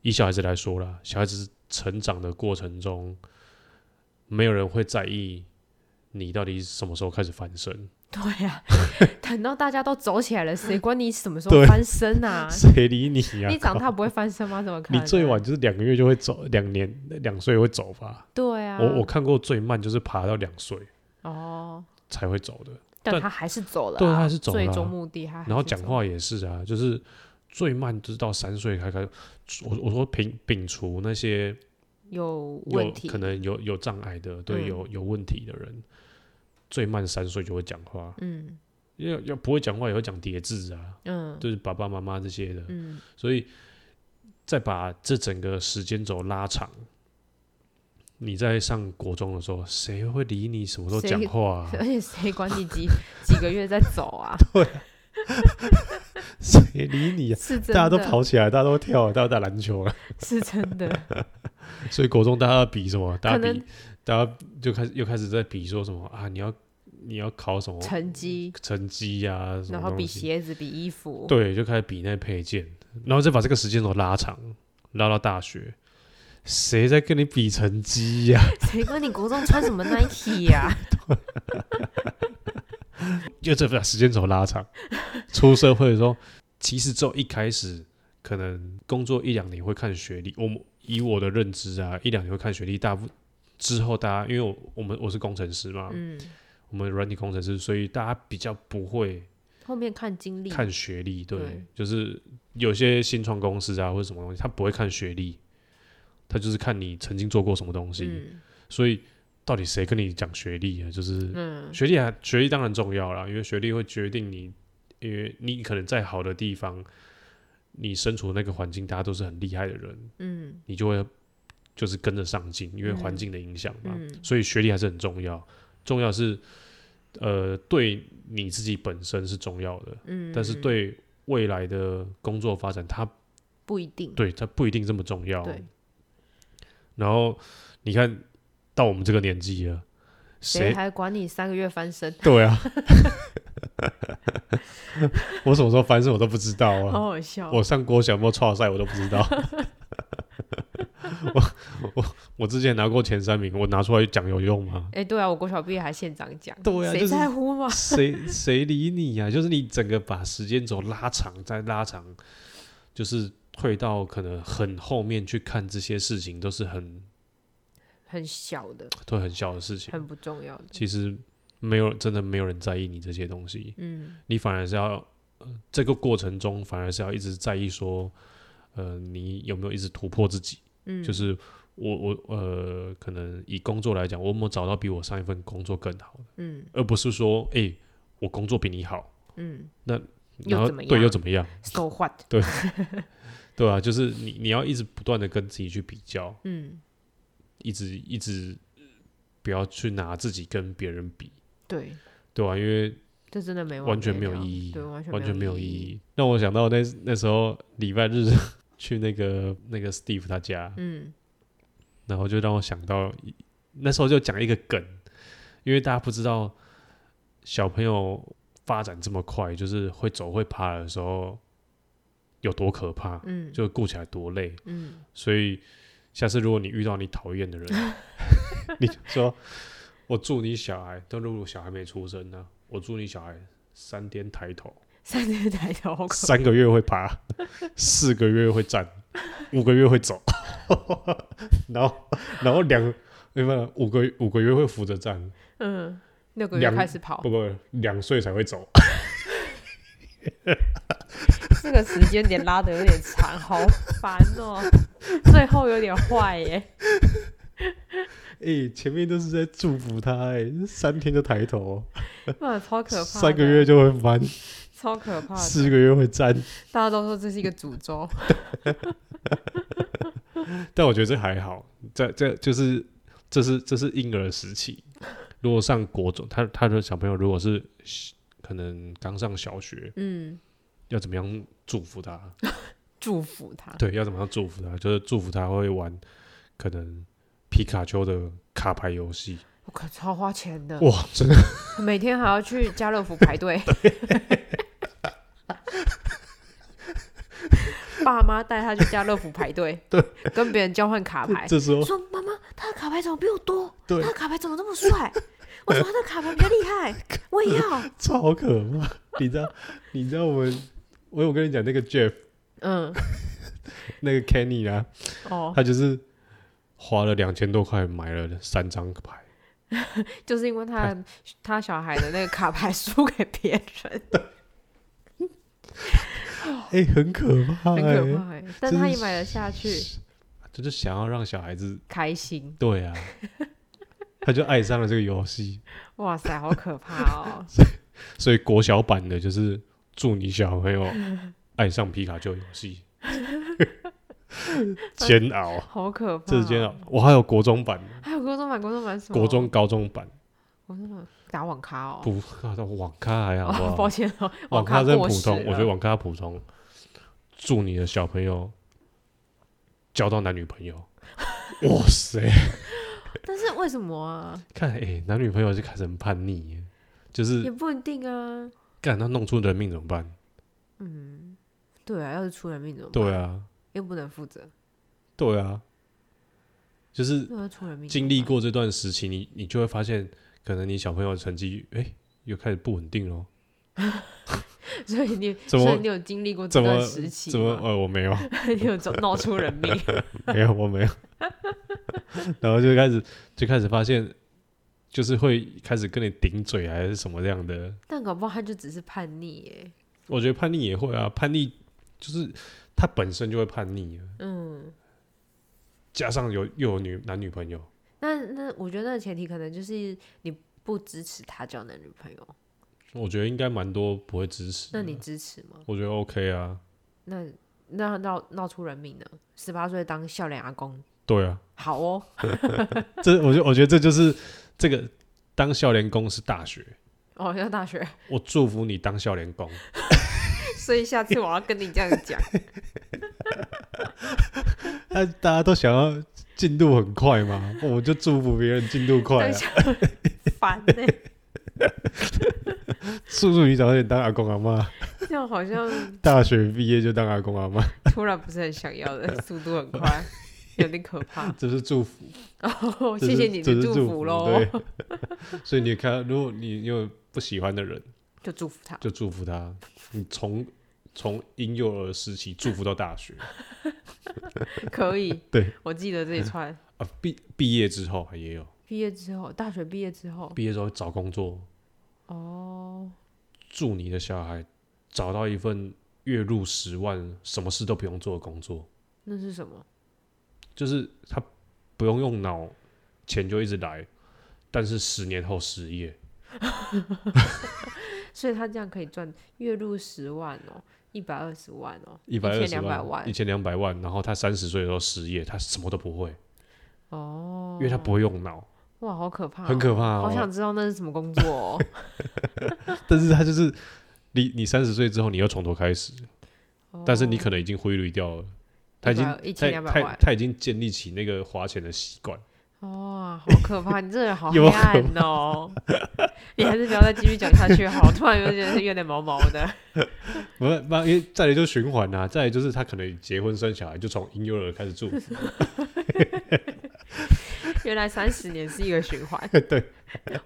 S1: 以小孩子来说啦，小孩子成长的过程中，没有人会在意你到底什么时候开始翻身，
S2: 对 啊，等到大家都走起来了，谁管你什么时
S1: 对
S2: 候翻 身啊？
S1: 谁理你呀、
S2: 你长
S1: 靠
S2: 大不会翻身吗？怎么可
S1: 你
S2: 能？
S1: 最晚就是两个月就会走，两年两岁会走吧。
S2: 对啊，
S1: 我我看过最慢就是爬到两岁
S2: 哦，
S1: 才会走的，
S2: 但
S1: 但
S2: 他还是走了啊、
S1: 对他还是走了啊
S2: 最终目的他还是
S1: 然后
S2: 走
S1: 讲话也是啊，就是最慢就是到三岁才开始。我我说摒摒除那些
S2: 有
S1: 有
S2: 问题，
S1: 可能有有障碍的，对，
S2: 嗯
S1: 有有问题的人，最慢三岁就会讲话，
S2: 嗯
S1: 因为要不会讲话也会讲叠字啊，
S2: 嗯
S1: 就是爸爸妈妈这些的，
S2: 嗯
S1: 所以再把这整个时间轴拉长。你在上国中的时候，谁会理你什么时候
S2: 谁
S1: 讲话、 啊？
S2: 而且谁管你几几个月再走 啊？
S1: 谁理你啊？
S2: 是真的，
S1: 大家都跑起来，大家都跳，大家打篮球了。
S2: 是真 的，
S1: 所以国中大家比什么？大
S2: 可
S1: 家比
S2: 能，
S1: 大家就开始又开始在比说什么啊？你要你要考什么
S2: 成绩，
S1: 成绩呀、什么
S2: 然后比
S1: 东西
S2: 鞋子，比衣服，
S1: 对，就开始比那配件，然后再把这个时间轴拉长，拉到大学。谁在跟你比成绩呀、
S2: 谁管你国中穿什么 Nike 呀、
S1: 就这把时间轴拉长。出社会的时候，其实只有一开始可能工作一两年会看学历。我们以我的认知啊，一两年会看学历，大部之后大家因为我我们我是工程师嘛，
S2: 嗯，
S1: 我们软体工程师，所以大家比较不会
S2: 后面看经历，
S1: 看学历，对，
S2: 对
S1: 就是有些新创公司啊或者什么东西，他不会看学历，他就是看你曾经做过什么东西。
S2: 嗯
S1: 所以到底谁跟你讲学历啊？就是、
S2: 嗯
S1: 学历啊，学历当然重要啦，因为学历会决定你，因为你可能在好的地方，你身处的那个环境，大家都是很厉害的人，
S2: 嗯
S1: 你就会就是跟着上进，因为环境的影响嘛。
S2: 嗯
S1: 所以学历还是很重要，重要是呃对你自己本身是重要的。
S2: 嗯，
S1: 但是对未来的工作发展，它
S2: 不一定，
S1: 对哦它不一定这么重要。
S2: 对
S1: 然后你看到我们这个年纪了，谁
S2: 还管你三个月翻身？
S1: 对啊， 我什么时候翻身我都不知道啊。
S2: 好好笑哦。
S1: 我上国小有没有创赛我都不知 道。我我我之前拿过前三名，我拿出来讲有用吗？
S2: 哎、对啊，我国小毕业还县长奖，
S1: 对啊
S2: 谁
S1: 就是
S2: 在乎 嘛？
S1: 谁谁理你呀、就是你整个把时间轴拉长，再拉长，就是退到可能很后面去看这些事情，都是很
S2: 很小的，
S1: 都很小的事情。
S2: 很不重要的。
S1: 其实没有真的没有人在意你这些东西，
S2: 嗯，
S1: 你反而是要、呃这个过程中反而是要一直在意说，呃，你有没有一直突破自己？
S2: 嗯
S1: 就是我我呃，可能以工作来讲，我有没有找到比我上一份工作更好的，
S2: 嗯
S1: 而不是说，哎、我工作比你好，
S2: 嗯，又
S1: 然后
S2: 怎么
S1: 对
S2: 样
S1: 又怎么样？
S2: so what？
S1: 对啊，就是你你要一直不断的跟自己去比较，
S2: 嗯，
S1: 一直一直呃不要去拿自己跟别人比，
S2: 对，
S1: 对啊，因为
S2: 这真的没完
S1: 完全没有
S2: 了
S1: 意义，
S2: 对，完全
S1: 完全没有意
S2: 义。
S1: 义。让我想到那那时候礼拜日 去那个那个 Steve 他家，
S2: 嗯
S1: 然后就让我想到一那时候就讲一个梗，因为大家不知道小朋友发展这么快，就是会走会爬的时候有多可怕，
S2: 嗯，
S1: 就顾起来多累。
S2: 嗯
S1: 所以下次如果你遇到你讨厌的 人，你就说我祝你小孩，但如果小孩没出生呢、我祝你小孩三天抬头，
S2: 三天抬头，好可
S1: 三个月会爬，四个月会站，五个月会走， 然后然后两没办法，五个五个月会扶着站，
S2: 嗯，六个月
S1: 两
S2: 开始跑
S1: 不，不两岁才会 走，
S2: 这个时间点拉的有点长，好烦哦、最后有点坏耶，
S1: 哎、前面都是在祝福他、哎，三天就抬头，
S2: 哇，超可怕！
S1: 三个月，就会翻，
S2: 超可怕的。
S1: 四个月会站，
S2: 大家都说这是一个诅咒。
S1: 但我觉得这还好，这这就是这是这是婴儿时期。如果上国中，他他的小朋友如果是可能刚上小学，
S2: 嗯，
S1: 要怎么样祝福他？
S2: 祝福他。
S1: 对，要怎么样祝福他？就是祝福他会玩可能皮卡丘的卡牌游戏。
S2: 我靠，超花钱的，
S1: 哇，真的
S2: 每天还要去家乐福 排队。爸妈带他去家乐福 排队，对，跟别人交换卡牌，
S1: 这时 候
S2: 说妈妈，他的卡牌怎么比我多？
S1: 对
S2: 他的卡牌怎么这么帅？为什么他的卡牌比较厉 害？我也要。
S1: 超可怕。你知道，你知道我们，我有跟你讲那个 Jeff
S2: 嗯，
S1: 那个 Kenny 啊，
S2: 哦，
S1: 他就是花了两千多块买了三张牌。
S2: 就是因为他他小孩的那个卡牌输给别人，
S1: 哎、很可怕、
S2: 哦很
S1: 欸，
S2: 可怕欸，但他
S1: 真
S2: 也买得下去，
S1: 啊就是想要让小孩子
S2: 开心。
S1: 对啊， 他就爱上了这个游戏。
S2: 哇塞，好可怕 哦！
S1: 所以国小版的就是祝你小朋友爱上皮卡丘游戏， 煎熬，
S2: 好可怕、哦
S1: 这是煎熬。我还有国中版、
S2: 还有国中版，国中版是什么？
S1: 国中、高中版，
S2: 国中版打网咖哦。
S1: 不，啊网咖还好
S2: 哦，
S1: 不
S2: 抱
S1: 好？
S2: 歉哦，
S1: 网
S2: 咖
S1: 咖真
S2: 过
S1: 普
S2: 时
S1: 通，我觉得
S2: 了
S1: 网咖普通。祝你的小朋友交到男女朋 友，哇塞！
S2: 但是为什么啊？
S1: 看，哎、男女朋友就开始很叛逆耶，就是
S2: 也不一定啊。
S1: 干他弄出人命怎么办？
S2: 对啊，要是出人命怎么办？
S1: 对啊，
S2: 又不能负责，
S1: 对啊，就是
S2: 又要出人命。
S1: 经历，过这段时期，你你就会发现，可能你小朋友的成绩，哎、又开始不稳定咯。
S2: 所以你
S1: 怎么
S2: 所以你有经历过这
S1: 怎
S2: 段
S1: 么
S2: 时期
S1: 怎么？
S2: 吗？
S1: 呃，我没有，
S2: 你有走闹出人命？
S1: 没有，我没有。 然后就开始就开始发现，就是会开始跟你顶嘴还是什么样的。
S2: 但搞不好他就只是叛逆耶。
S1: 我觉得叛逆也会啊，叛逆就是他本身就会叛逆了，
S2: 嗯，
S1: 加上有又有女男女朋友，
S2: 那那我觉得那个前提可能就是你不支持他交男女朋友，我
S1: 我觉得应该蛮多不会支持的。
S2: 那你支持吗？
S1: 我觉得 OK 啊，
S2: 那那闹闹出人命呢？十八岁当笑脸阿公，
S1: 对啊，
S2: 好哦。
S1: 这我觉我觉得这就是这个当笑脸工是大学，
S2: 哦，要大学，
S1: 我祝福你当笑脸工。
S2: 所以下次我要跟你这样 讲。
S1: 那大家都想要进度很快嘛，我就祝福别人进度快、
S2: 但
S1: 啊。
S2: 笑烦呢、
S1: 叔叔你早点当阿公阿妈，
S2: 这样好像
S1: 大学毕业就当阿公阿妈，
S2: 突然不是很想要的，速度很快，有点可怕。
S1: 这是祝福，
S2: 哦，
S1: 这
S2: 谢
S1: 是
S2: 谢你
S1: 这
S2: 的
S1: 是祝
S2: 福喽，
S1: 对， 所以你看，如果你有不喜欢的人，
S2: 就祝福他。
S1: 就祝福他，你从从婴幼儿时期祝福到大学
S2: 可以，
S1: 对
S2: 我记得这 一串。
S1: 啊，毕毕业之后也有，
S2: 毕业之后，大学毕业之后，
S1: 毕业之后找工作，
S2: 哦，
S1: 祝你的小孩找到一份月入十万、什么事都不用做的工作，
S2: 那是什么？
S1: 就是他不用用脑，钱就一直来，但是十年后失业，
S2: 所以他这样可以赚月入十万哦，一百二十万哦，
S1: 一百二
S2: 千
S1: 十
S2: 两百
S1: 一
S2: 万
S1: 千两百万，然后他三十岁的时候失业，他什么都不会，
S2: 哦
S1: 因，为他不会用脑，
S2: 哇，好可怕哦、
S1: 很可怕、
S2: 好想
S1: 哦。
S2: 知道那是什么工作哦。
S1: 但是他就是你，你三十岁之后你要从头开始，但
S2: 哦
S1: 是你可能已经挥霍掉了。 他已经
S2: 100
S1: 他
S2: 1200
S1: 他
S2: 万
S1: 他已经建立起那个花钱的习惯，
S2: 哇，好可怕！你这 人好黑
S1: 有
S2: 暗哦。 你还是不要再继续讲下去好，突然又觉得有点毛毛的。
S1: 不是，那因为再来就循环呐、再来就是他可能结婚生小孩就从婴幼儿开始住，
S2: 原来三十年是一个循 环。对。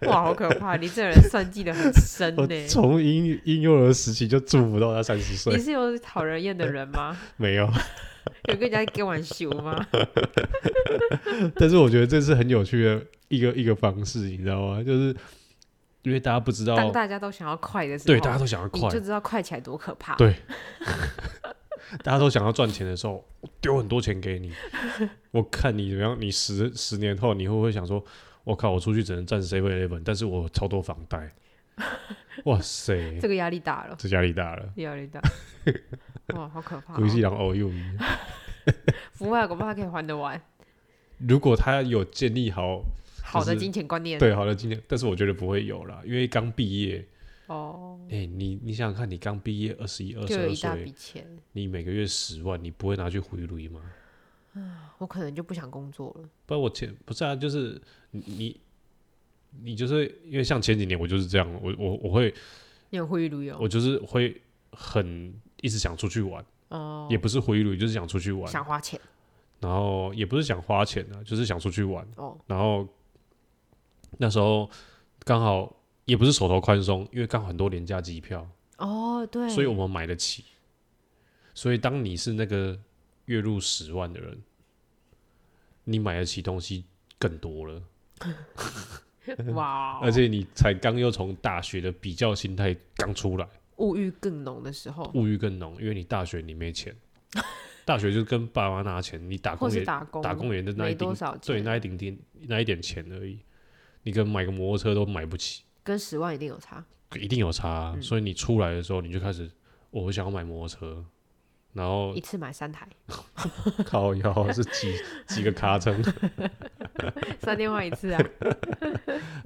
S2: 哇，好可怕！你这人算计的很深
S1: 我
S2: 呢。
S1: 呃从婴婴幼儿时期就祝福到他三十
S2: 你
S1: 岁，
S2: 是有讨人厌的人吗？
S1: 没有。
S2: 有跟人家开玩笑吗？
S1: 但是我觉得这是很有趣的一个一个方式，你知道吗？就是因为大家不知
S2: 当
S1: 道，
S2: 大家都想要快的时候，
S1: 对，大家都想要
S2: 你
S1: 快
S2: 就，知道快起来多可怕。
S1: 对大家都想要赚钱的时候，我丢很多钱给你，我看你怎么样，你十十年后你会不会想说，我靠，我出去只能赚 seven eleven，但是我超多房 贷，哇塞，
S2: 这个压力大了，
S1: 这压力大了，
S2: 压力大。 哇，好可怕、
S1: 估计
S2: 哦！
S1: 让偶遇。
S2: 不会啊，恐怕可以还得完。
S1: 如果他有建立好
S2: 好的
S1: 就是
S2: 金钱观念。
S1: 对好啊的经验，但是我觉得不会有啦，因为刚毕业，
S2: 哦，
S1: 哎、你你想想看，你刚毕业二十一、二
S2: 就
S1: 十
S2: 有
S1: 二
S2: 一大笔
S1: 岁，
S2: 钱。
S1: 你每个月十万，你不会拿去回炉吗？
S2: 我可能就不想工作了。
S1: 不然我前不是啊，就是你你你就是因为像前几年我就是这样，我我我会
S2: 你有会旅游
S1: 我就是会很一直想出去玩，
S2: 哦，
S1: 也不是回炉，就是想出去玩，
S2: 想花钱
S1: 然后也不是想花钱啊，就是想出去玩。
S2: 哦，
S1: 然后那时候刚好也不是手头宽松，因为刚好很多廉价机票，
S2: 哦对，
S1: 所以我们买得起。所以当你是那个月入十万的人，你买得起东西更多了，
S2: 哇哦，
S1: 而且你才刚又从大学的比较心态刚出来，
S2: 物欲更浓的时候，
S1: 物欲更浓，因为你大学你没 钱，大学就跟爸妈拿钱，你打
S2: 或
S1: 工
S2: 是
S1: 也
S2: 打工
S1: 打工也就那
S2: 没
S1: 一
S2: 多
S1: 丁，
S2: 少钱，
S1: 对那一点点那一点钱而已，你跟买个摩托车都买不起。
S2: 跟十万一定有差。
S1: 一定有差啊、
S2: 嗯
S1: 所以你出来的时候，你就开始，哦我想要买摩托车，然后
S2: 一次买三台，
S1: 靠腰是几 几个卡层，
S2: 三天换一次啊，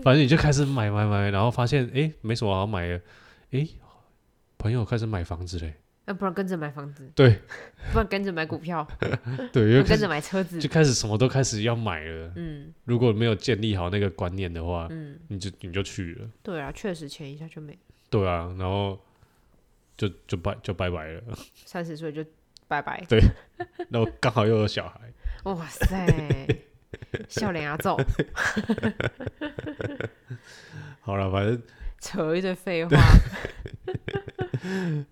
S1: 反正你就开始买买买，然后发现哎、诶没什么好买的，哎、朋友开始买房子嘞，
S2: 那不然跟着买房子，
S1: 对
S2: 不然跟着买股票，
S1: 对，
S2: 不
S1: 又
S2: 然
S1: 开
S2: 跟
S1: 始
S2: 着买车子
S1: 就，开始什么都开始要买了。
S2: 嗯
S1: 如果没有建立好那个观念的话，
S2: 嗯，
S1: 你就你就去了，
S2: 对啊，确实钱一下就没，
S1: 对啊，然后就就拜就拜拜 了。
S2: 三十岁就拜拜，
S1: 然后刚好又有小孩，
S2: 哇塞，笑脸 啊揍，
S1: 好了，反正
S2: 扯一堆废话，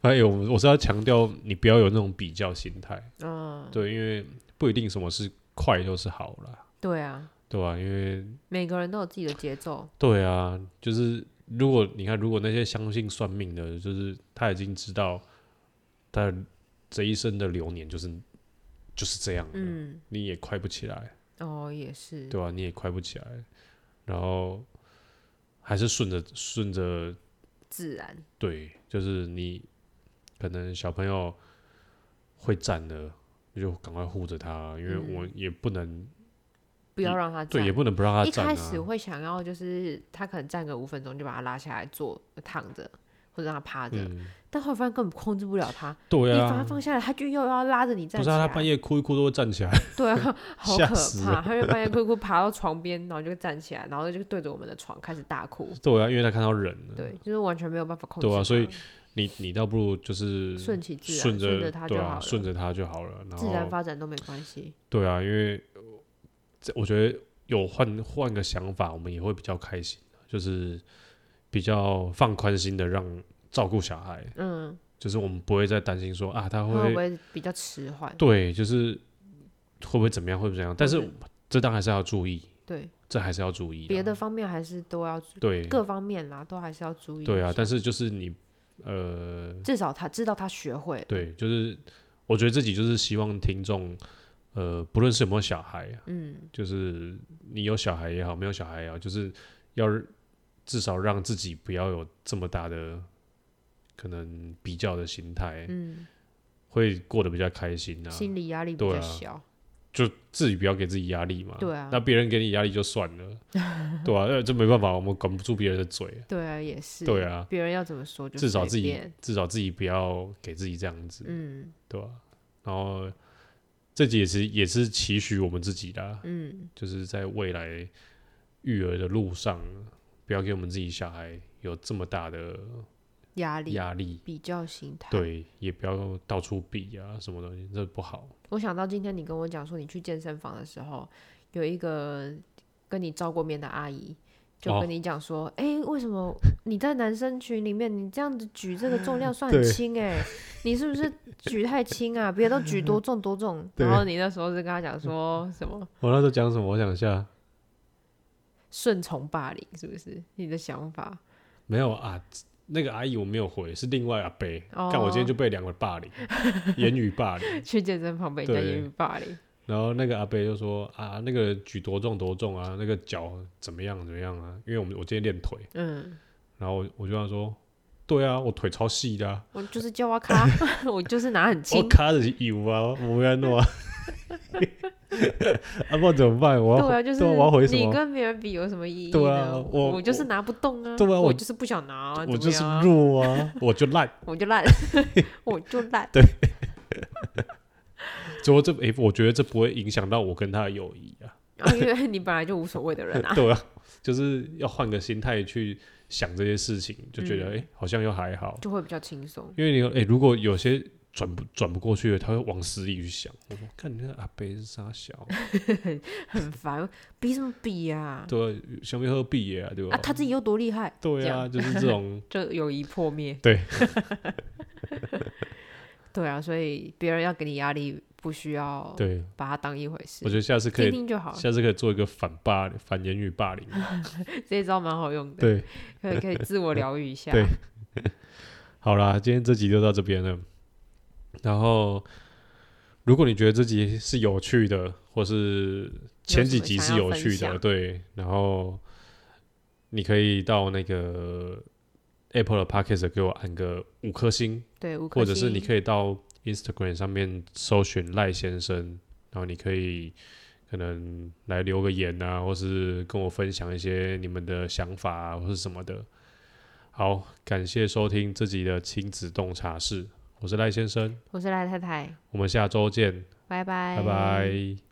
S1: 哎，我们我是要强调，你不要有那种比较心态，
S2: 嗯，
S1: 对，因为不一定什么是快就是好啦，
S2: 对啊，
S1: 对吧、因为
S2: 每个人都有自己的节奏，
S1: 对啊，就是如果你看，如果那些相信算命的，就是他已经知道他这一生的流年就是就是这样了，
S2: 嗯，
S1: 你也快不起来，
S2: 哦也是，
S1: 对吧、你也快不起来，然后还是顺着顺着
S2: 自然。
S1: 对，就是你可能小朋友会站的，你就赶快护着他，因为我也不能、
S2: 嗯不要让他站。
S1: 对，也不能不让他
S2: 一
S1: 站
S2: 开
S1: 啊
S2: 始。会想要就是他可能站个五分钟就把他拉下来坐躺着，或者让他趴着，
S1: 嗯，
S2: 但后来发现根本控制不了他，
S1: 对
S2: 你把他
S1: 啊，
S2: 放下来，他就又要拉着你站
S1: 不
S2: 起
S1: 是
S2: 来。
S1: 啊，他半夜哭一哭都会站起来，
S2: 对啊，好
S1: 吓
S2: 可
S1: 死
S2: 怕！
S1: 人
S2: 他就半夜哭一哭爬到床边，然后就站起来，然后就对着我们的床开始大哭。
S1: 对啊，因为他看到人了。
S2: 对，就是完全没有办法控制他。
S1: 对啊所以你你倒不如就是
S2: 顺其自然，
S1: 顺着
S2: 他就
S1: 对
S2: 好
S1: 啊，
S2: 了，
S1: 顺着他就好了。然
S2: 自然
S1: 后
S2: 发展都没关系。
S1: 对啊，因为呃这我觉得有换换个想法，我们也会比较开心，啊就是比较放宽心的让照顾小孩，
S2: 嗯，
S1: 就是我们不会再担心说啊他
S2: 他
S1: 会
S2: 会不会比较迟缓？
S1: 对，就是会不会怎么样，会不会怎样？但是
S2: 或者
S1: 这当然还是要注意，
S2: 对，
S1: 这还是要注意
S2: 嗯
S1: 啊
S2: 别的方面还是都要注
S1: 对
S2: 各方面啦，都还是要注意一下。
S1: 对啊，但是就是你呃，
S2: 至少他知道他学会了。
S1: 对，就是我觉得自己就是希望听众呃，不论是有没有小孩，
S2: 嗯，
S1: 就是你有小孩也好，没有小孩也好，就是要至少让自己不要有这么大的可能比较的心态，
S2: 嗯，
S1: 会过得比较开心啊。
S2: 心理压力比
S1: 对
S2: 较
S1: 啊
S2: 小。
S1: 就自己不要给自己压力嘛。
S2: 对啊
S1: 那别人给你压力就算了， 对啊，那这没办法，我们管不住别人的嘴。
S2: 对啊，也是。
S1: 对啊
S2: 别人要怎么说就
S1: 至少
S2: 随
S1: 自己
S2: 便，
S1: 至少自己不要给自己这样子，
S2: 嗯
S1: 对吧、然后这集也是也是期许我们自己啊啦，
S2: 嗯，
S1: 就是在未来育儿的路上，不要给我们自己小孩有这么大的
S2: 压力、
S1: 压力，
S2: 比较心态。，
S1: 对，也不要到处比啊什么东西，这不好。
S2: 我想到今天你跟我讲说，你去健身房的时候，有一个跟你照过面的阿姨。就
S1: 哦
S2: 跟你讲说，哎、为什么你在男生群里面，你这样子举这个重量算很
S1: 对
S2: 轻哎、你是不是举太轻啊？别人都举多重多重，
S1: 对
S2: 然后你那时候是跟他讲说什么
S1: 我那时候讲什么？我想一下，
S2: 顺从霸凌，是不是你的想法？
S1: 没有啊，那个阿姨我没有回，是另外阿贝。
S2: 哦
S1: 但我今天就被两个霸 凌，言语霸凌。
S2: 去健身房被人家
S1: 对
S2: 言语霸凌，
S1: 然后那个阿贝就说啊，那个举多重多重啊，那个脚怎么样怎么样啊？因为我们我今天练腿，
S2: 嗯，
S1: 然后我我就跟他说，对啊，我腿超细的、啊，
S2: 我就是叫我卡， 我就是拿很
S1: 我
S2: 轻，
S1: 卡着是油啊，我没安弄 啊。啊，不然怎么办？我要
S2: 对啊，就是
S1: 对我要回什
S2: 你
S1: 么？
S2: 跟别人比有什么意义呢？
S1: 对啊
S2: 我
S1: 我
S2: 就是拿不动啊，
S1: 对啊我
S2: 我就是不想拿啊，
S1: 我
S2: 怎
S1: 就
S2: 么
S1: 是
S2: 样啊
S1: 弱啊，我就烂。
S2: 我就 烂，我就烂，
S1: 结果这诶、我觉得这不会影响到我跟他的友谊啊。
S2: 啊， 因为你本来就无所谓的人 啊，
S1: 对啊，就是要换个心态去想这些事情，就觉得哎、
S2: 嗯
S1: 诶好像又还好。
S2: 就会比较轻松。
S1: 因为你哎、诶如果有些转不转不过去的，他会往死里去想。我说，看你那阿伯是傻小，
S2: 很烦，比什么比啊？
S1: 对啊，想要喝毕业啊，对吧？
S2: 啊，他自己又多厉害，
S1: 对啊，就是这 种
S2: 就友谊破灭。
S1: 对，
S2: 对啊，所以别人要给你压力，不需要
S1: 对。
S2: 把它当一回事
S1: 我觉，得下次可
S2: 听
S1: 以，
S2: 听就好了。
S1: 下次可以做一个反霸凌反言语 霸凌。
S2: 这一招蛮好用的，
S1: 对，
S2: 可以可以自我疗愈一下。
S1: 对好啦，今天这集就到这边了。然后，如果你觉得这集是有趣的，或是前几集是有
S2: 有
S1: 趣
S2: 什么想要
S1: 的，
S2: 分享
S1: 对，然后你可以到那个 Apple 的 Podcast 给我按个五颗星，
S2: 对，五颗
S1: 或者是你
S2: 星
S1: 可以到 Instagram 上面搜寻赖先生，然后你可以可能来留个言啊，或是跟我分享一些你们的想法啊，或是什么的。好，感谢收听这集的亲子洞察室，我是赖先生，
S2: 我是赖太太，
S1: 我们下周见，
S2: 拜拜，
S1: 拜拜